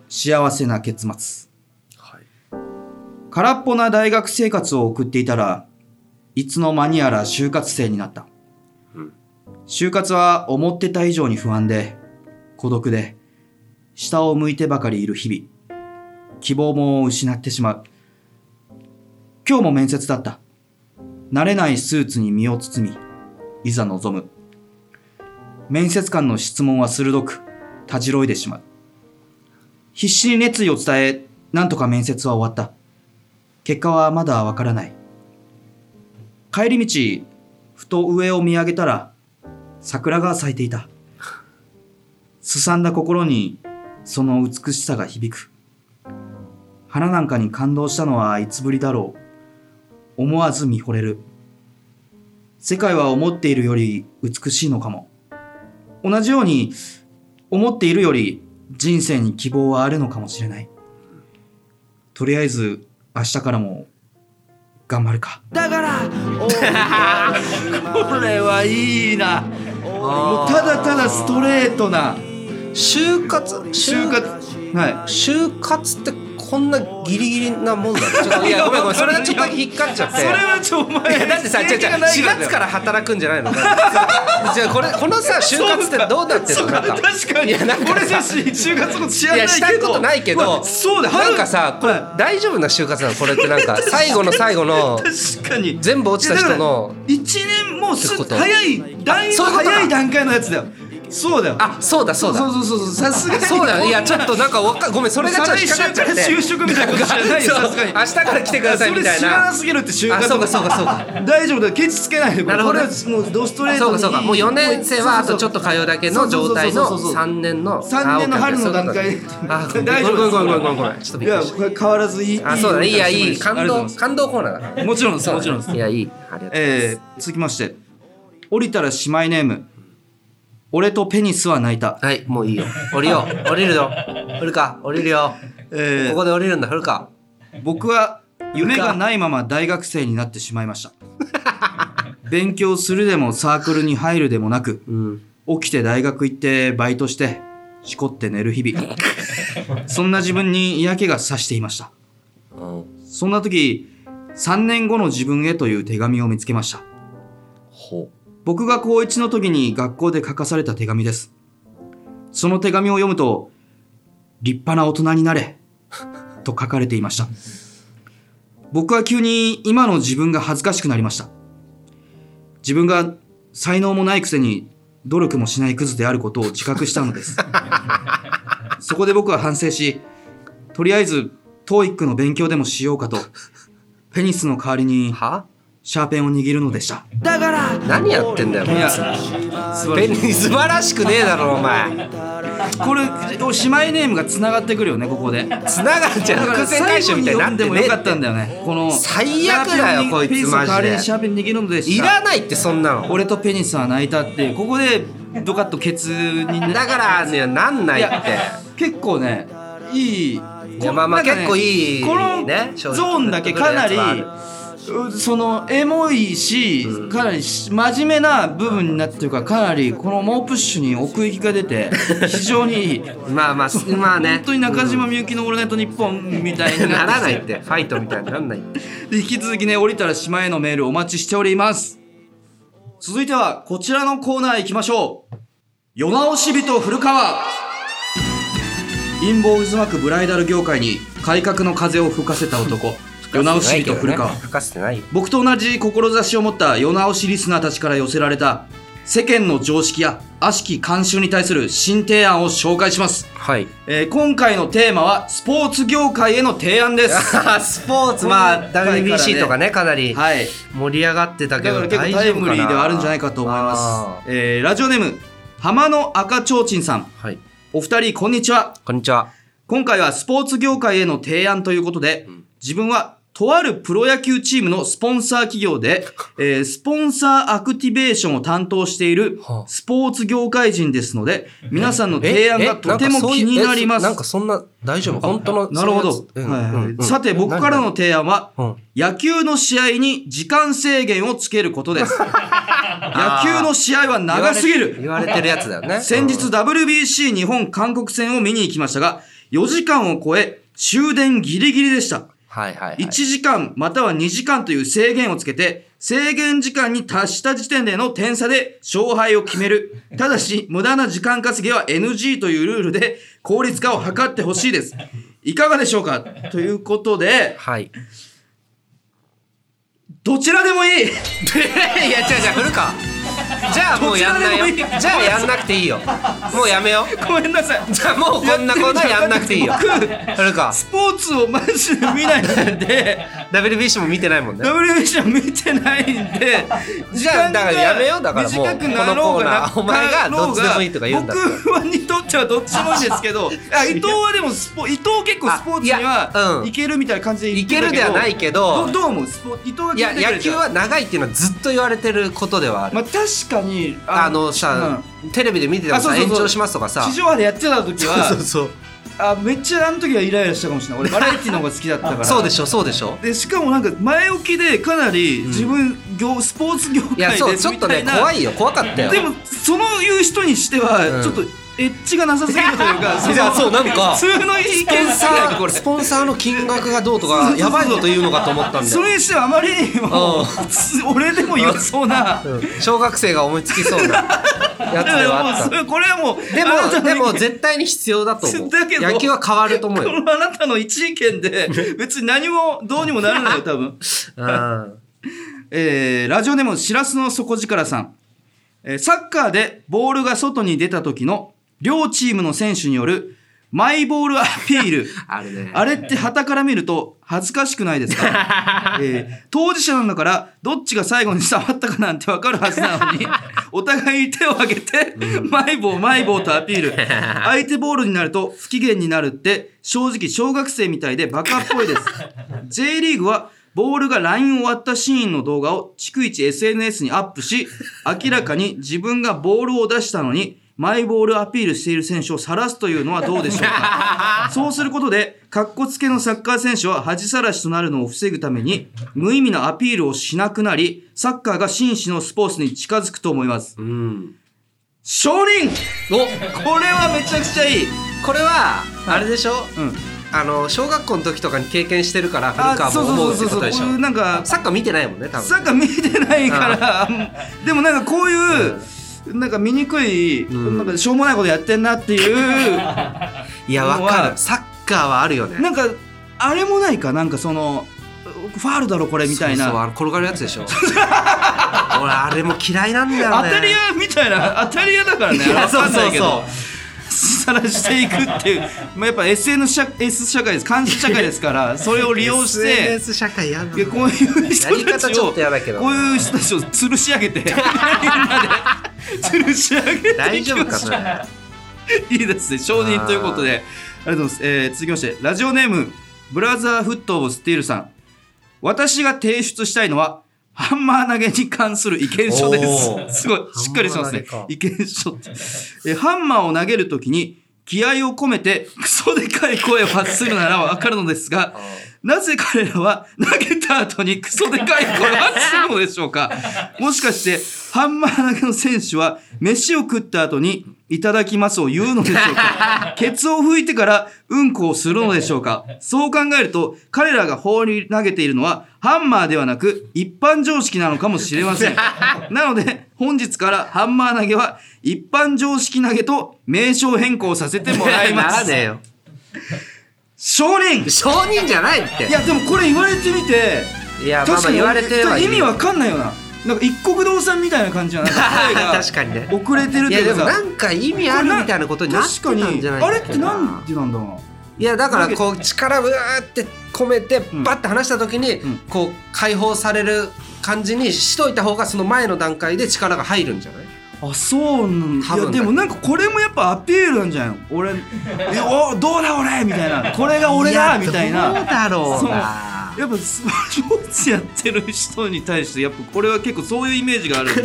[SPEAKER 2] 幸せな結末空っぽな大学生活を送っていたらいつの間にやら就活生になった、就活は思ってた以上に不安で孤独で下を向いてばかりいる日々希望も失ってしまう今日も面接だった慣れないスーツに身を包みいざ臨む面接官の質問は鋭くたじろいでしまう必死に熱意を伝えなんとか面接は終わった結果はまだわからない帰り道ふと上を見上げたら桜が咲いていたすさんだ心にその美しさが響く花なんかに感動したのはいつぶりだろう思わず見惚れる世界は思っているより美しいのかも同じように思っているより人生に希望はあるのかもしれないとりあえず明日からも頑張るかだから これはいいなもうただただストレートな
[SPEAKER 1] 就活
[SPEAKER 2] 就活は
[SPEAKER 1] 就活ってこんなギリギリな もんだねちょっといやごめんごめんそれがちょっと引っかっちゃっ
[SPEAKER 2] い
[SPEAKER 1] て
[SPEAKER 2] それはちょお
[SPEAKER 1] いや
[SPEAKER 2] 前
[SPEAKER 1] だ ってさ違う違う
[SPEAKER 2] 経験がない
[SPEAKER 1] 4月から働くんじゃないのだってじゃあこれこのさ就活ってどうなってる
[SPEAKER 2] そう
[SPEAKER 1] の
[SPEAKER 2] か
[SPEAKER 1] なんか
[SPEAKER 2] 確かに
[SPEAKER 1] いやなんか
[SPEAKER 2] 俺たち就活のこと知ら
[SPEAKER 1] い
[SPEAKER 2] な
[SPEAKER 1] や
[SPEAKER 2] いけど
[SPEAKER 1] したいことないけ
[SPEAKER 2] ま
[SPEAKER 1] ど
[SPEAKER 2] あそうだ
[SPEAKER 1] なんかさこれ
[SPEAKER 2] は
[SPEAKER 1] 大丈夫な就活なのこれってなん か最後の最後の
[SPEAKER 2] 確かに
[SPEAKER 1] 全部落ちた人の
[SPEAKER 2] 1年もうす
[SPEAKER 1] って
[SPEAKER 2] ぐ
[SPEAKER 1] こと
[SPEAKER 2] 早いだいぶ
[SPEAKER 1] そういうことだ
[SPEAKER 2] 早い段階のやつだよそうだよ
[SPEAKER 1] あそうだそうだ
[SPEAKER 2] そうそうそうそうさすがに
[SPEAKER 1] そうだよいやちょっとなんかわかごめんそれがちょっと
[SPEAKER 2] 再
[SPEAKER 1] 引っかかっちゃって
[SPEAKER 2] 就職みたいなことじゃないよ
[SPEAKER 1] そう
[SPEAKER 2] さすがに
[SPEAKER 1] 明日から来てくださいみたい
[SPEAKER 2] それ知ら
[SPEAKER 1] な
[SPEAKER 2] なすぎるって就活
[SPEAKER 1] あそうかそうかそうか
[SPEAKER 2] 大丈夫だよケチつけないで
[SPEAKER 1] なるほどね
[SPEAKER 2] これはもうドストレー
[SPEAKER 1] そ
[SPEAKER 2] ト
[SPEAKER 1] う
[SPEAKER 2] に
[SPEAKER 1] かそうかもう4年生はあとちょっと通うだけの状態の
[SPEAKER 2] そうそうそうそうそう
[SPEAKER 1] 3年の
[SPEAKER 2] 3年の春の段階
[SPEAKER 1] あごめん
[SPEAKER 2] 大丈
[SPEAKER 1] ごめ
[SPEAKER 2] 夫
[SPEAKER 1] んごめんごめんごめんごめんちょっと
[SPEAKER 2] い
[SPEAKER 1] びっく
[SPEAKER 2] や
[SPEAKER 1] りし
[SPEAKER 2] これ変わらずいい
[SPEAKER 1] たあそうだねいやいい
[SPEAKER 2] ありが
[SPEAKER 1] 感
[SPEAKER 2] とうござ
[SPEAKER 1] 動
[SPEAKER 2] ます
[SPEAKER 1] 感動コーナーだから
[SPEAKER 2] もちろんです
[SPEAKER 1] そう
[SPEAKER 2] も
[SPEAKER 1] だ
[SPEAKER 2] ち
[SPEAKER 1] ね
[SPEAKER 2] ろんです
[SPEAKER 1] いやいいありがとうございます
[SPEAKER 2] えー続きまして降りたら姉妹ネーム俺とペニスは泣いた。
[SPEAKER 1] はい、もういいよ。降りよう。降りるよ。降るか、降りるよ。
[SPEAKER 2] え
[SPEAKER 1] ここで降りるんだ、降るか。
[SPEAKER 2] 僕は夢がないまま大学生になってしまいました。勉強するでもサークルに入るでもなく、
[SPEAKER 1] うん。
[SPEAKER 2] 起きて大学行ってバイトして、しこって寝る日々。そんな自分に嫌気がさしていました。そんな時、3年後の自分へという手紙を見つけました。
[SPEAKER 1] ほ
[SPEAKER 2] 僕が高1の時に学校で書かされた手紙です。その手紙を読むと、立派な大人になれ、 と書かれていました。僕は急に今の自分が恥ずかしくなりました。自分が才能もないくせに努力もしないクズであることを自覚したのです。 そこで僕は反省し、とりあえず TOEIC の勉強でもしようかと、ペニスの代わり
[SPEAKER 1] う。
[SPEAKER 2] に
[SPEAKER 1] は
[SPEAKER 2] シャーペンを握るのでした。
[SPEAKER 1] だから何やってんだよ、
[SPEAKER 2] いや、
[SPEAKER 1] ペニー素晴らしくねえだろ、お前。
[SPEAKER 2] これ姉妹ネームがつながってくるよねここでだ
[SPEAKER 1] つながっちゃう。
[SPEAKER 2] から
[SPEAKER 1] 伏線回収みたいになっ
[SPEAKER 2] 最
[SPEAKER 1] て
[SPEAKER 2] 後
[SPEAKER 1] ね
[SPEAKER 2] に読んでも
[SPEAKER 1] え
[SPEAKER 2] よか
[SPEAKER 1] っ
[SPEAKER 2] ったん
[SPEAKER 1] て。
[SPEAKER 2] だよねこの
[SPEAKER 1] 最悪だよこいつ
[SPEAKER 2] ペニスの代わりに
[SPEAKER 1] マジで
[SPEAKER 2] シャーペン握るのでした
[SPEAKER 1] いらないって、そんなの。
[SPEAKER 2] 俺とペニスは泣いたっていうここでドカッとケツにね
[SPEAKER 1] だから、ね、なんないっ
[SPEAKER 2] い
[SPEAKER 1] て。
[SPEAKER 2] や結構ねいい
[SPEAKER 1] いやまあまあ
[SPEAKER 2] なんかね
[SPEAKER 1] 結構いいね
[SPEAKER 2] このゾ
[SPEAKER 1] 正直
[SPEAKER 2] ーンだけかなり
[SPEAKER 1] 言ってくるや
[SPEAKER 2] うそのエモいし、かなりし真面目な部分になってるからかなりこの猛プッシュに奥行きが出 て非常にいい
[SPEAKER 1] まあまあ、すまあね。
[SPEAKER 2] 本当に中島みゆきの「オールナイトニッポン」みたいに
[SPEAKER 1] ならないいって。ファイトみたいになんないって。
[SPEAKER 2] 引き続きね降りたら島へのメールお待ちしております続いてはこちらのコーナー行きましょう世直し人古川陰謀渦巻くブライダル業界に改革の風を吹かせた男世直し人古川
[SPEAKER 1] 吹かせてないよ。
[SPEAKER 2] 僕と同じ志を持った世直しリスナーたちから寄せられた世間の常識や悪しき慣習に対する新提案を紹介します、
[SPEAKER 1] はい。
[SPEAKER 2] えー今回のテーマはスポーツ業界への提案で す
[SPEAKER 1] スポーツ、まあ、WBC とかね、かなり
[SPEAKER 2] はい
[SPEAKER 1] 盛り上がってたけ
[SPEAKER 2] だか
[SPEAKER 1] ど、
[SPEAKER 2] ら結構タイムリーではあるんじゃないかと思い
[SPEAKER 1] あ
[SPEAKER 2] ます。えーラジオネーム、浜野赤ちょうちんさん。
[SPEAKER 1] はい。
[SPEAKER 2] お二人、こんにちは。
[SPEAKER 1] こんにちは。
[SPEAKER 2] 今回はスポーツ業界への提案ということで、自分はとあるプロ野球チームのスポンサー企 業で、えースポンサーアクティベーションを担当している
[SPEAKER 1] はあ
[SPEAKER 2] スポーツ業界人ですので、皆さんの提案がとても気になります。
[SPEAKER 1] なんかそんな、大丈夫本当の。
[SPEAKER 2] なるほど。はいはいさて、僕からの提案は、
[SPEAKER 1] うん
[SPEAKER 2] 野球の試合に時間制限をつけるこ とです。野球の試合は長すぎる。
[SPEAKER 1] 言われてるやつだよね。
[SPEAKER 2] 先日 WBC 日本韓国戦を見に行きましたが、4時間を超え、終電ギリギリでした。
[SPEAKER 1] はいはい。
[SPEAKER 2] 1時間または2時間という制限をつけて、制限時間に達した時点での点差で勝敗を決める。ただし、無駄な時間稼ぎは NG というルールで効率化を図ってほしいです。いかがでしょうかということで、
[SPEAKER 1] はい。
[SPEAKER 2] どちらでもいい
[SPEAKER 1] いや、違う違う、振るか。じゃあもうやんないよ。
[SPEAKER 2] どちらで
[SPEAKER 1] じ
[SPEAKER 2] もいい
[SPEAKER 1] ゃあやんなくて いいよ。もうやめよう。
[SPEAKER 2] ごめんなさい。
[SPEAKER 1] じゃあもうこんなコーナーやんなくてい いよ。振るか。
[SPEAKER 2] スポーツをマジで見ないんで、
[SPEAKER 1] WBC も見てないもんね。
[SPEAKER 2] WBC は見てないん で、
[SPEAKER 1] じゃあだからやめようだからもう
[SPEAKER 2] 短くなろうがな
[SPEAKER 1] このコーナー
[SPEAKER 2] かろうが
[SPEAKER 1] お前がどっちでもいいとか言うんだったら
[SPEAKER 2] 僕はにとってはどっちでもいいですけど、 あ伊藤はでもスポ、伊藤結構スポーツに
[SPEAKER 1] あいや
[SPEAKER 2] は
[SPEAKER 1] うん
[SPEAKER 2] いけるみたいな感じで言
[SPEAKER 1] い
[SPEAKER 2] って
[SPEAKER 1] ける
[SPEAKER 2] た
[SPEAKER 1] ではないけど
[SPEAKER 2] ど、どう思うスポ伊藤はい
[SPEAKER 1] や野球、は長いっていうのはずっと言われてることではある。
[SPEAKER 2] まあ確かに
[SPEAKER 1] あのさ、テレビで見てても
[SPEAKER 2] あそう
[SPEAKER 1] さ
[SPEAKER 2] そう
[SPEAKER 1] 延
[SPEAKER 2] そう
[SPEAKER 1] 長しますとかさ。
[SPEAKER 2] 地上波でやってた時は、
[SPEAKER 1] そうそう
[SPEAKER 2] あめっちゃあの時はイライラしたかもしれない。俺バラエティの方が好きだったか
[SPEAKER 1] そ う。そ
[SPEAKER 2] ら。
[SPEAKER 1] うでしょそうでしょ。
[SPEAKER 2] でしかもなんか前置きでかなり自分業、スポーツ業界
[SPEAKER 1] い
[SPEAKER 2] で
[SPEAKER 1] や
[SPEAKER 2] す
[SPEAKER 1] そうちょっ
[SPEAKER 2] み
[SPEAKER 1] と
[SPEAKER 2] た
[SPEAKER 1] ね
[SPEAKER 2] いな
[SPEAKER 1] 怖いよ怖かったよ。
[SPEAKER 2] でもその言う人にして
[SPEAKER 1] う
[SPEAKER 2] は
[SPEAKER 1] ん
[SPEAKER 2] ちょっとエッジがなさすぎるという か、
[SPEAKER 1] いやそうなんか
[SPEAKER 2] 普通の意見
[SPEAKER 1] スポンサ
[SPEAKER 2] なんか
[SPEAKER 1] ースポンサーの金額がどうとかやばいぞというのかと思ったんだ
[SPEAKER 2] そ
[SPEAKER 1] よ。
[SPEAKER 2] れにしてはあまりに
[SPEAKER 1] う
[SPEAKER 2] も
[SPEAKER 1] ん
[SPEAKER 2] つ俺でも言わそうな
[SPEAKER 1] うん小学生が思いつきそう なやつではあ
[SPEAKER 2] だからも
[SPEAKER 1] っ
[SPEAKER 2] うそ
[SPEAKER 1] た。
[SPEAKER 2] れこれはもう
[SPEAKER 1] で
[SPEAKER 2] あなた
[SPEAKER 1] も
[SPEAKER 2] の
[SPEAKER 1] で
[SPEAKER 2] 意見
[SPEAKER 1] も絶対に必要だと思う。
[SPEAKER 2] だけど
[SPEAKER 1] 野球は変わると思う
[SPEAKER 2] こ
[SPEAKER 1] よ。
[SPEAKER 2] のあなたの一意見で別に何もどうにもならないよ多分
[SPEAKER 1] うん
[SPEAKER 2] えーラジオネームしらすの底力さん、えーサッカーでボールが外に出た時の両チームの選手によるマイボールアピール
[SPEAKER 1] あれね。
[SPEAKER 2] あれって旗から見ると恥ずかしくないですか、えー当事者なんだからどっちが最後に触ったかなんてわかるはずなのにお互い手を挙げて、マイボーマイボーとアピール相手ボールになると不機嫌になるって正直小学生みたいでバカっぽいです J リーグはボールがラインを割ったシーンの動画を逐一 SNS にアップし明らかに自分がボールを出したのにマイボールアピールしている選手を晒すというのはどうでしょう かそうすることでかっこつけのサッカー選手は恥さらしとなるのを防ぐために無意味なアピールをしなくなりサッカーが紳士のスポーツに近づくと思います
[SPEAKER 1] うん。
[SPEAKER 2] 証人
[SPEAKER 1] お
[SPEAKER 2] これはめちゃくちゃいい、
[SPEAKER 1] これは、あれでしょ
[SPEAKER 2] うん、
[SPEAKER 1] あの、小学校の時とかに経験してるから、古
[SPEAKER 2] あ
[SPEAKER 1] 川
[SPEAKER 2] そう
[SPEAKER 1] も
[SPEAKER 2] そ
[SPEAKER 1] 思
[SPEAKER 2] う
[SPEAKER 1] うって
[SPEAKER 2] そう
[SPEAKER 1] こ
[SPEAKER 2] そう
[SPEAKER 1] とでしょ
[SPEAKER 2] こういうなんか
[SPEAKER 1] サッカー見てないもんね、多分。
[SPEAKER 2] サッカー見てないから、でもなんかこういう、なんか醜い、
[SPEAKER 1] ん
[SPEAKER 2] なんかしょうもないことやってんなって いう、
[SPEAKER 1] いや、わか
[SPEAKER 2] う
[SPEAKER 1] る。
[SPEAKER 2] ん
[SPEAKER 1] サッカーはあるよね。
[SPEAKER 2] なんか、あれもないか、なんかその、ファールだろ、これみたいな。
[SPEAKER 1] そうそうあの転がるやつでしょ 俺あれも嫌いなんだよね
[SPEAKER 2] 当たり屋みた いな、当たり屋だからね、
[SPEAKER 1] いや
[SPEAKER 2] わかんないけ
[SPEAKER 1] そうそ
[SPEAKER 2] ど
[SPEAKER 1] う。
[SPEAKER 2] さらしていくっていう、まあ、やっぱ SNS 社 S 社会です監視社会で すからそれを利用して
[SPEAKER 1] SNS 社会やだない
[SPEAKER 2] やこういう人
[SPEAKER 1] やり
[SPEAKER 2] た
[SPEAKER 1] 方
[SPEAKER 2] ち
[SPEAKER 1] ちょ
[SPEAKER 2] を
[SPEAKER 1] っと嫌だけど
[SPEAKER 2] こういう人たちを吊るし上げ てみんなで吊るし上げていきましょう
[SPEAKER 1] 大丈夫かない
[SPEAKER 2] いですね承認ということでありがとうございます、えー続きましてラジオネームブラザーフットオブスティールさん私が提出したいのはハンマー投げに関する意見書で
[SPEAKER 1] おー
[SPEAKER 2] すすごいしっかりしてますね
[SPEAKER 1] ハンマー投
[SPEAKER 2] 意見書って、えーハンマーを投げるときに気合を込めてクソでかい声を発するならわかるのですがなぜ彼らは投げた後にクソでかい声を発するのでしょうかもしかして、ハンマー投げの選手は、飯を食った後に、いただきますを言うのでしょうかケツを拭いてから、うんこをするのでしょうかそう考えると、彼らが放り投げているのは、ハンマーではなく、一般常識なのかもしれません。なので、本日からハンマー投げは、一般常識投げと名称変更させてもらいま
[SPEAKER 1] ならね
[SPEAKER 2] す。
[SPEAKER 1] えよ
[SPEAKER 2] 少年
[SPEAKER 1] 承認じゃないって
[SPEAKER 2] いや、でもこれ言われてみて、
[SPEAKER 1] いやまあ
[SPEAKER 2] 確
[SPEAKER 1] ま
[SPEAKER 2] か
[SPEAKER 1] あ
[SPEAKER 2] に
[SPEAKER 1] 言われてはい
[SPEAKER 2] 意
[SPEAKER 1] る
[SPEAKER 2] 味わかんないよななんか一国堂さんみたいな感じじゃない
[SPEAKER 1] 確かにね
[SPEAKER 2] 遅れてるっ
[SPEAKER 1] い
[SPEAKER 2] て
[SPEAKER 1] や
[SPEAKER 2] い
[SPEAKER 1] で
[SPEAKER 2] う
[SPEAKER 1] も
[SPEAKER 2] か
[SPEAKER 1] な
[SPEAKER 2] さ
[SPEAKER 1] んか意味あるみたいなことになってたんじゃない
[SPEAKER 2] 確かにあれってなんでなんだろうない
[SPEAKER 1] やだからこう力うわーって込めて
[SPEAKER 2] ん
[SPEAKER 1] バッて離した時に
[SPEAKER 2] ん
[SPEAKER 1] こう解放される感じにしといた方がその前の段階で力が入るんじゃない
[SPEAKER 2] あそうなんだ
[SPEAKER 1] 多
[SPEAKER 2] い
[SPEAKER 1] 分
[SPEAKER 2] やでもなんかこれもやっぱアピールなんじゃないの俺えおどうだ俺みたいなこれが俺だみたい
[SPEAKER 1] やどう
[SPEAKER 2] な
[SPEAKER 1] だろう
[SPEAKER 2] そう
[SPEAKER 1] な
[SPEAKER 2] やっぱスポーツやってる人に対してやっぱこれは結構そういうイメージがあ るんで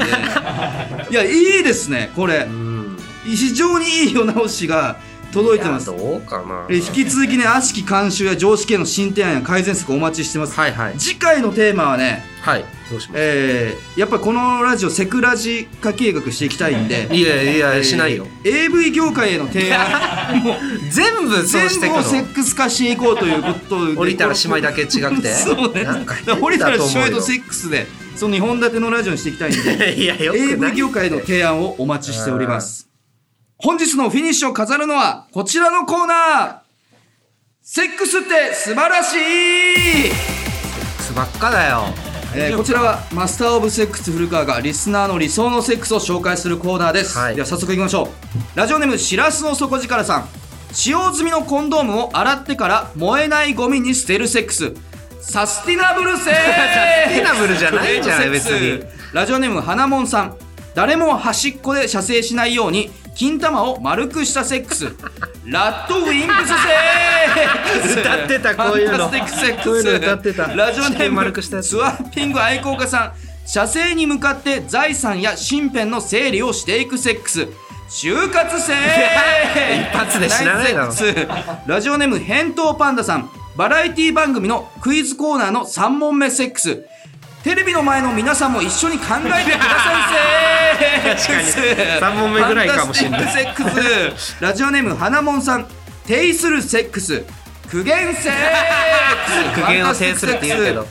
[SPEAKER 2] いやいいですねこれ
[SPEAKER 1] うん
[SPEAKER 2] 非常にいい世直しが届いてます
[SPEAKER 1] いやどうかな
[SPEAKER 2] え引き続きね悪しき慣習や常識への進展案や改善策をお待ちしてます、
[SPEAKER 1] はいはい
[SPEAKER 2] 次回のテーマはね、
[SPEAKER 1] はいどうします
[SPEAKER 2] えーやっぱこのラジオセクラジ化計画していきたいんで
[SPEAKER 1] いやいやしないよ、
[SPEAKER 2] えー AV 業界への提案もう
[SPEAKER 1] 全部 そうして
[SPEAKER 2] 全
[SPEAKER 1] く
[SPEAKER 2] 部をセ
[SPEAKER 1] の
[SPEAKER 2] ックス化していこうということで
[SPEAKER 1] 降りたら姉妹だけ違くて
[SPEAKER 2] そうね
[SPEAKER 1] なんか
[SPEAKER 2] だから降りたら姉妹とセ
[SPEAKER 1] い
[SPEAKER 2] ックスでその2本立てのラジオにしていきたいんで
[SPEAKER 1] やよくない
[SPEAKER 2] AV 業界の提案をお待ちしております。本日のフィニッシュを飾るのはこちらのコーナーセックスって素晴らしい、
[SPEAKER 1] スばっかだよ
[SPEAKER 2] えーこちらはマスターオブセックス古川がリスナーの理想のセックスを紹介するコーナーです、
[SPEAKER 1] はい
[SPEAKER 2] では早速いきましょうラジオネームしらすの底力さん使用済みのコンドームを洗ってから燃えないゴミに捨てるセックスサスティナブルセックス
[SPEAKER 1] サスティナブルじゃないんじゃない別に
[SPEAKER 2] ラジオネーム花もんさん誰も端っこで射精しないように金玉を丸くしたセックス ラッドウィングスセックス
[SPEAKER 1] 歌ってたこういうの
[SPEAKER 2] ファンタスティックセックス
[SPEAKER 1] こういうの歌ってた
[SPEAKER 2] ラジオネ
[SPEAKER 1] 地球
[SPEAKER 2] ー
[SPEAKER 1] 丸
[SPEAKER 2] ム
[SPEAKER 1] くしたやつ
[SPEAKER 2] スワッピング愛好家さん射精に向かって財産や身辺の整理をしていくセックス就活生
[SPEAKER 1] 一発で死なないだろ
[SPEAKER 2] ナイスセックスラジオネーム返答パンダさんバラエティ番組のクイズコーナーの3問目セックステレビの前の皆さんも一緒に考えてくださ
[SPEAKER 1] 確
[SPEAKER 2] いせ
[SPEAKER 1] かに三問目ぐらいかもしんない
[SPEAKER 2] ファンタスティックセックスラジオネーム花もんさん呈するセックス苦言セックス
[SPEAKER 1] 苦言を呈するって言うけど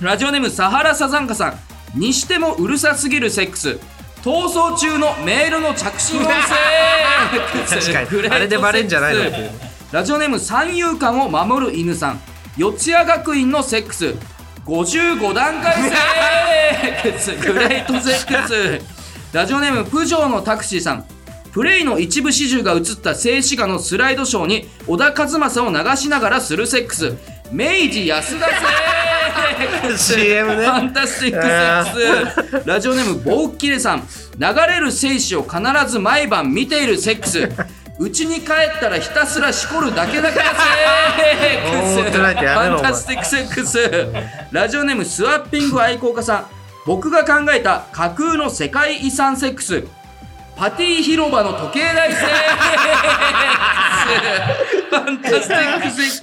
[SPEAKER 2] ラジオネームサハラサザンカさんにしてもうるさすぎるセックス逃走中のメールの着信音セック
[SPEAKER 1] 確
[SPEAKER 2] ス
[SPEAKER 1] かに
[SPEAKER 2] グレート
[SPEAKER 1] あれでバレんじゃないの
[SPEAKER 2] セックスラジオネーム三遊間を守る犬さん四谷学院のセックス55段階セックスグレートセックスラジオネームプジョーのタクシーさんプレイの一部始終が映った静止画のスライドショーに小田和正を流しながらするセックス明治安田セックス
[SPEAKER 1] CM ね
[SPEAKER 2] ファンタスティックセックスラジオネームボーッキレさん流れる精子を必ず毎晩見ているセックスうちに帰ったらひたすらしこるだけだからセックス
[SPEAKER 1] おーってないってやめろお前
[SPEAKER 2] ファンタスティックセックスラジオネームスワッピング愛好家さん僕が考えた架空の世界遺産セックス
[SPEAKER 3] パティ広場の時計台です。 ファンタスティックスッ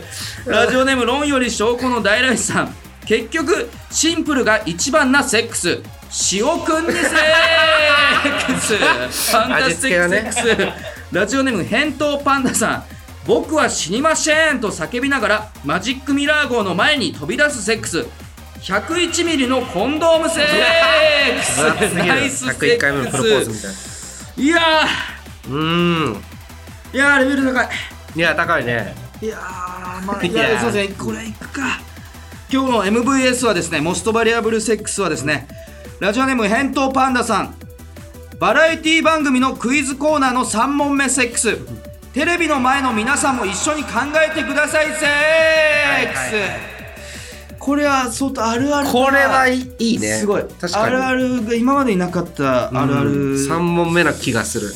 [SPEAKER 3] クス。ラジオネーム論より証拠の大来さん。結局、シンプルが一番なセックス。塩くんにセックス。ファンタスティックスックス。ラジオネーム返答パンダさん。僕は死にませんと叫びながらマジックミラー号の前に飛び出すセックス101ミリのコンドームセックス
[SPEAKER 1] 熱すぎ る
[SPEAKER 3] ナイスセックス
[SPEAKER 1] 101回目のプロポーズみたいない
[SPEAKER 3] や
[SPEAKER 1] うーん
[SPEAKER 3] ーいやーレベル高い
[SPEAKER 1] いや高いね
[SPEAKER 3] いやー まあ
[SPEAKER 1] い
[SPEAKER 3] い
[SPEAKER 1] やー
[SPEAKER 3] やそうですねこれいくか今日の MVS はですねモストバリアブルセックスはですねラジオネーム返答パンダさんバラエティ番組のクイズコーナーの3問目セックステレビの前の皆さんも一緒に考えてくださいセックス、
[SPEAKER 1] はいは
[SPEAKER 2] これは相当あるあるだな
[SPEAKER 1] これはいいいいね
[SPEAKER 2] すごい
[SPEAKER 1] 確
[SPEAKER 2] あ
[SPEAKER 1] かに
[SPEAKER 2] るあるが今までになかったあるある
[SPEAKER 1] 3問目な気がする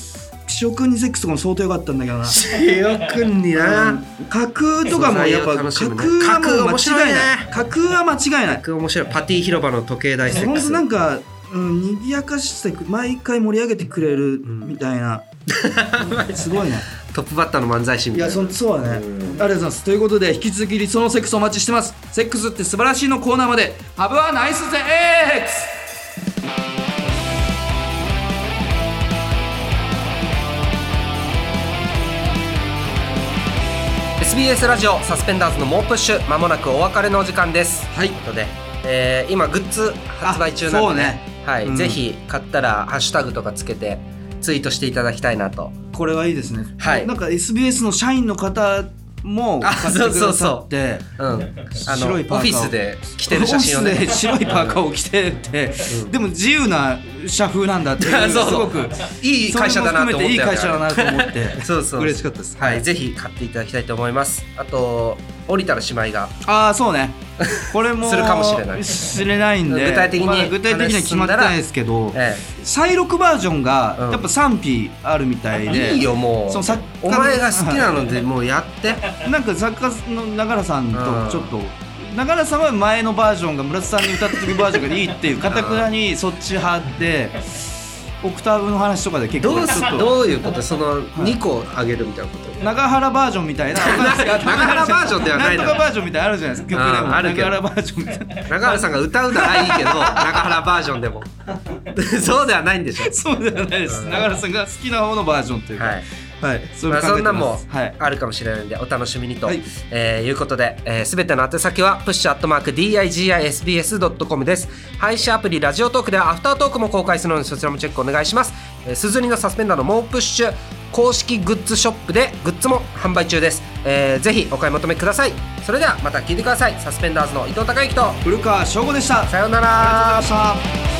[SPEAKER 2] 塩君にセックスとかも相当良かったんだけどな
[SPEAKER 1] よくんにな
[SPEAKER 2] 架空とかもやっぱ架
[SPEAKER 1] 素材を楽しむね
[SPEAKER 2] 空はもう間
[SPEAKER 1] 架空面白い
[SPEAKER 2] 違い
[SPEAKER 1] ね
[SPEAKER 2] ない架空は間違いない
[SPEAKER 1] 面白いパティ広場の時計台セッ
[SPEAKER 2] 本
[SPEAKER 1] ク
[SPEAKER 2] 当
[SPEAKER 1] ス
[SPEAKER 2] なんか、うん、賑やかしてく毎回盛り上げてくれるみたい な、すごいね
[SPEAKER 1] トップバッターの漫才師み
[SPEAKER 2] い
[SPEAKER 1] たい
[SPEAKER 2] や
[SPEAKER 1] な
[SPEAKER 2] そそうだねあり
[SPEAKER 1] うん
[SPEAKER 2] がとうございますということで
[SPEAKER 3] 引き続き理想のセックスお待ちしてますセックスって素晴らしいのコーナーまでハブはナイスセックス
[SPEAKER 1] うん SBS ラジオサスペンダーズの猛プッシュまもなくお別れのお時間です
[SPEAKER 2] はい
[SPEAKER 1] ということで、えー今グッズ発売中な
[SPEAKER 2] そ
[SPEAKER 1] の
[SPEAKER 2] う
[SPEAKER 1] で、
[SPEAKER 2] ね
[SPEAKER 1] はい
[SPEAKER 2] うん
[SPEAKER 1] ぜひ買ったらハッシュタグとかつけてツイートしていただきたいなと
[SPEAKER 2] これはいいですね
[SPEAKER 1] はい
[SPEAKER 2] なんか SBS の社員の方も買
[SPEAKER 1] あ
[SPEAKER 2] って
[SPEAKER 1] そう
[SPEAKER 2] く
[SPEAKER 1] そうそう
[SPEAKER 2] ださって
[SPEAKER 1] うん、あのオ
[SPEAKER 2] 白
[SPEAKER 1] フ
[SPEAKER 2] いパーカーを
[SPEAKER 1] ィスで着てる写真を
[SPEAKER 2] オフィ
[SPEAKER 1] ね
[SPEAKER 2] スで白いパーカーを着てて、でも自由な社風なんだっていう
[SPEAKER 1] そう
[SPEAKER 2] す
[SPEAKER 1] そ
[SPEAKER 2] ご
[SPEAKER 1] う
[SPEAKER 2] く
[SPEAKER 1] いい会社だなと思ったよね
[SPEAKER 2] それも含めていい会社だなと思って
[SPEAKER 1] そうそう
[SPEAKER 2] 嬉しかったです
[SPEAKER 1] はい、ぜひ買っていただきたいと思います。あと、降りたらしまいが、
[SPEAKER 2] ああそうねこれ も
[SPEAKER 1] するかもしれない
[SPEAKER 2] 知れないんで
[SPEAKER 1] 具体的に
[SPEAKER 2] まだ具体的には決まってないですけど
[SPEAKER 1] え
[SPEAKER 2] 再録バージョン
[SPEAKER 1] う
[SPEAKER 2] が
[SPEAKER 1] ん
[SPEAKER 2] やっぱ賛否あるみたい
[SPEAKER 1] え、
[SPEAKER 2] で
[SPEAKER 1] いいよ、もう
[SPEAKER 2] その作。家
[SPEAKER 1] お
[SPEAKER 2] の
[SPEAKER 1] 前が好きなので、もうやって。
[SPEAKER 2] なんか作家の永原さん
[SPEAKER 1] うん
[SPEAKER 2] とちょっと永原さんは前のバージョンが村田さんに歌った時バージョンがいいっていうかたくなにそっち派でオクターブの話とかで結
[SPEAKER 1] ど
[SPEAKER 2] 構
[SPEAKER 1] う
[SPEAKER 2] ち
[SPEAKER 1] す
[SPEAKER 2] ょっ、と
[SPEAKER 1] どういうこと、その二個あげるみたいなこと。
[SPEAKER 2] 永原バージョンみた いな
[SPEAKER 1] 永原バージョンではないだ
[SPEAKER 2] ん
[SPEAKER 1] ろ
[SPEAKER 2] とかバージョンみたいなのあるじゃないですか曲で
[SPEAKER 1] うん
[SPEAKER 2] も
[SPEAKER 1] あるけど
[SPEAKER 2] 永原バージョンみたいな
[SPEAKER 1] 長原さんが歌うならいいけど、長原バージョンでも。 そうではないんでしょ
[SPEAKER 2] そうではないです永原さんが好きな方のバージョンというか
[SPEAKER 1] はい。
[SPEAKER 2] はい、そ
[SPEAKER 1] まあ、そんなもん
[SPEAKER 2] はい、
[SPEAKER 1] あるかもしれないんでお楽しみにと、
[SPEAKER 2] はいい
[SPEAKER 1] えーいうことで、えー、全ての宛先は push.digisbs.com です配信アプリラジオトークではアフタートークも公開するのでそちらもチェックお願いしますえーすずりのサスペンダーの猛プッシュ公式グッズショップでグッズも販売中です、えー、ぜひお買い求めくださいそれではまた聞いてくださいサスペンダーズの伊藤孝之と
[SPEAKER 2] 古川翔吾でした。ありがとう
[SPEAKER 1] さようなら
[SPEAKER 2] ございました。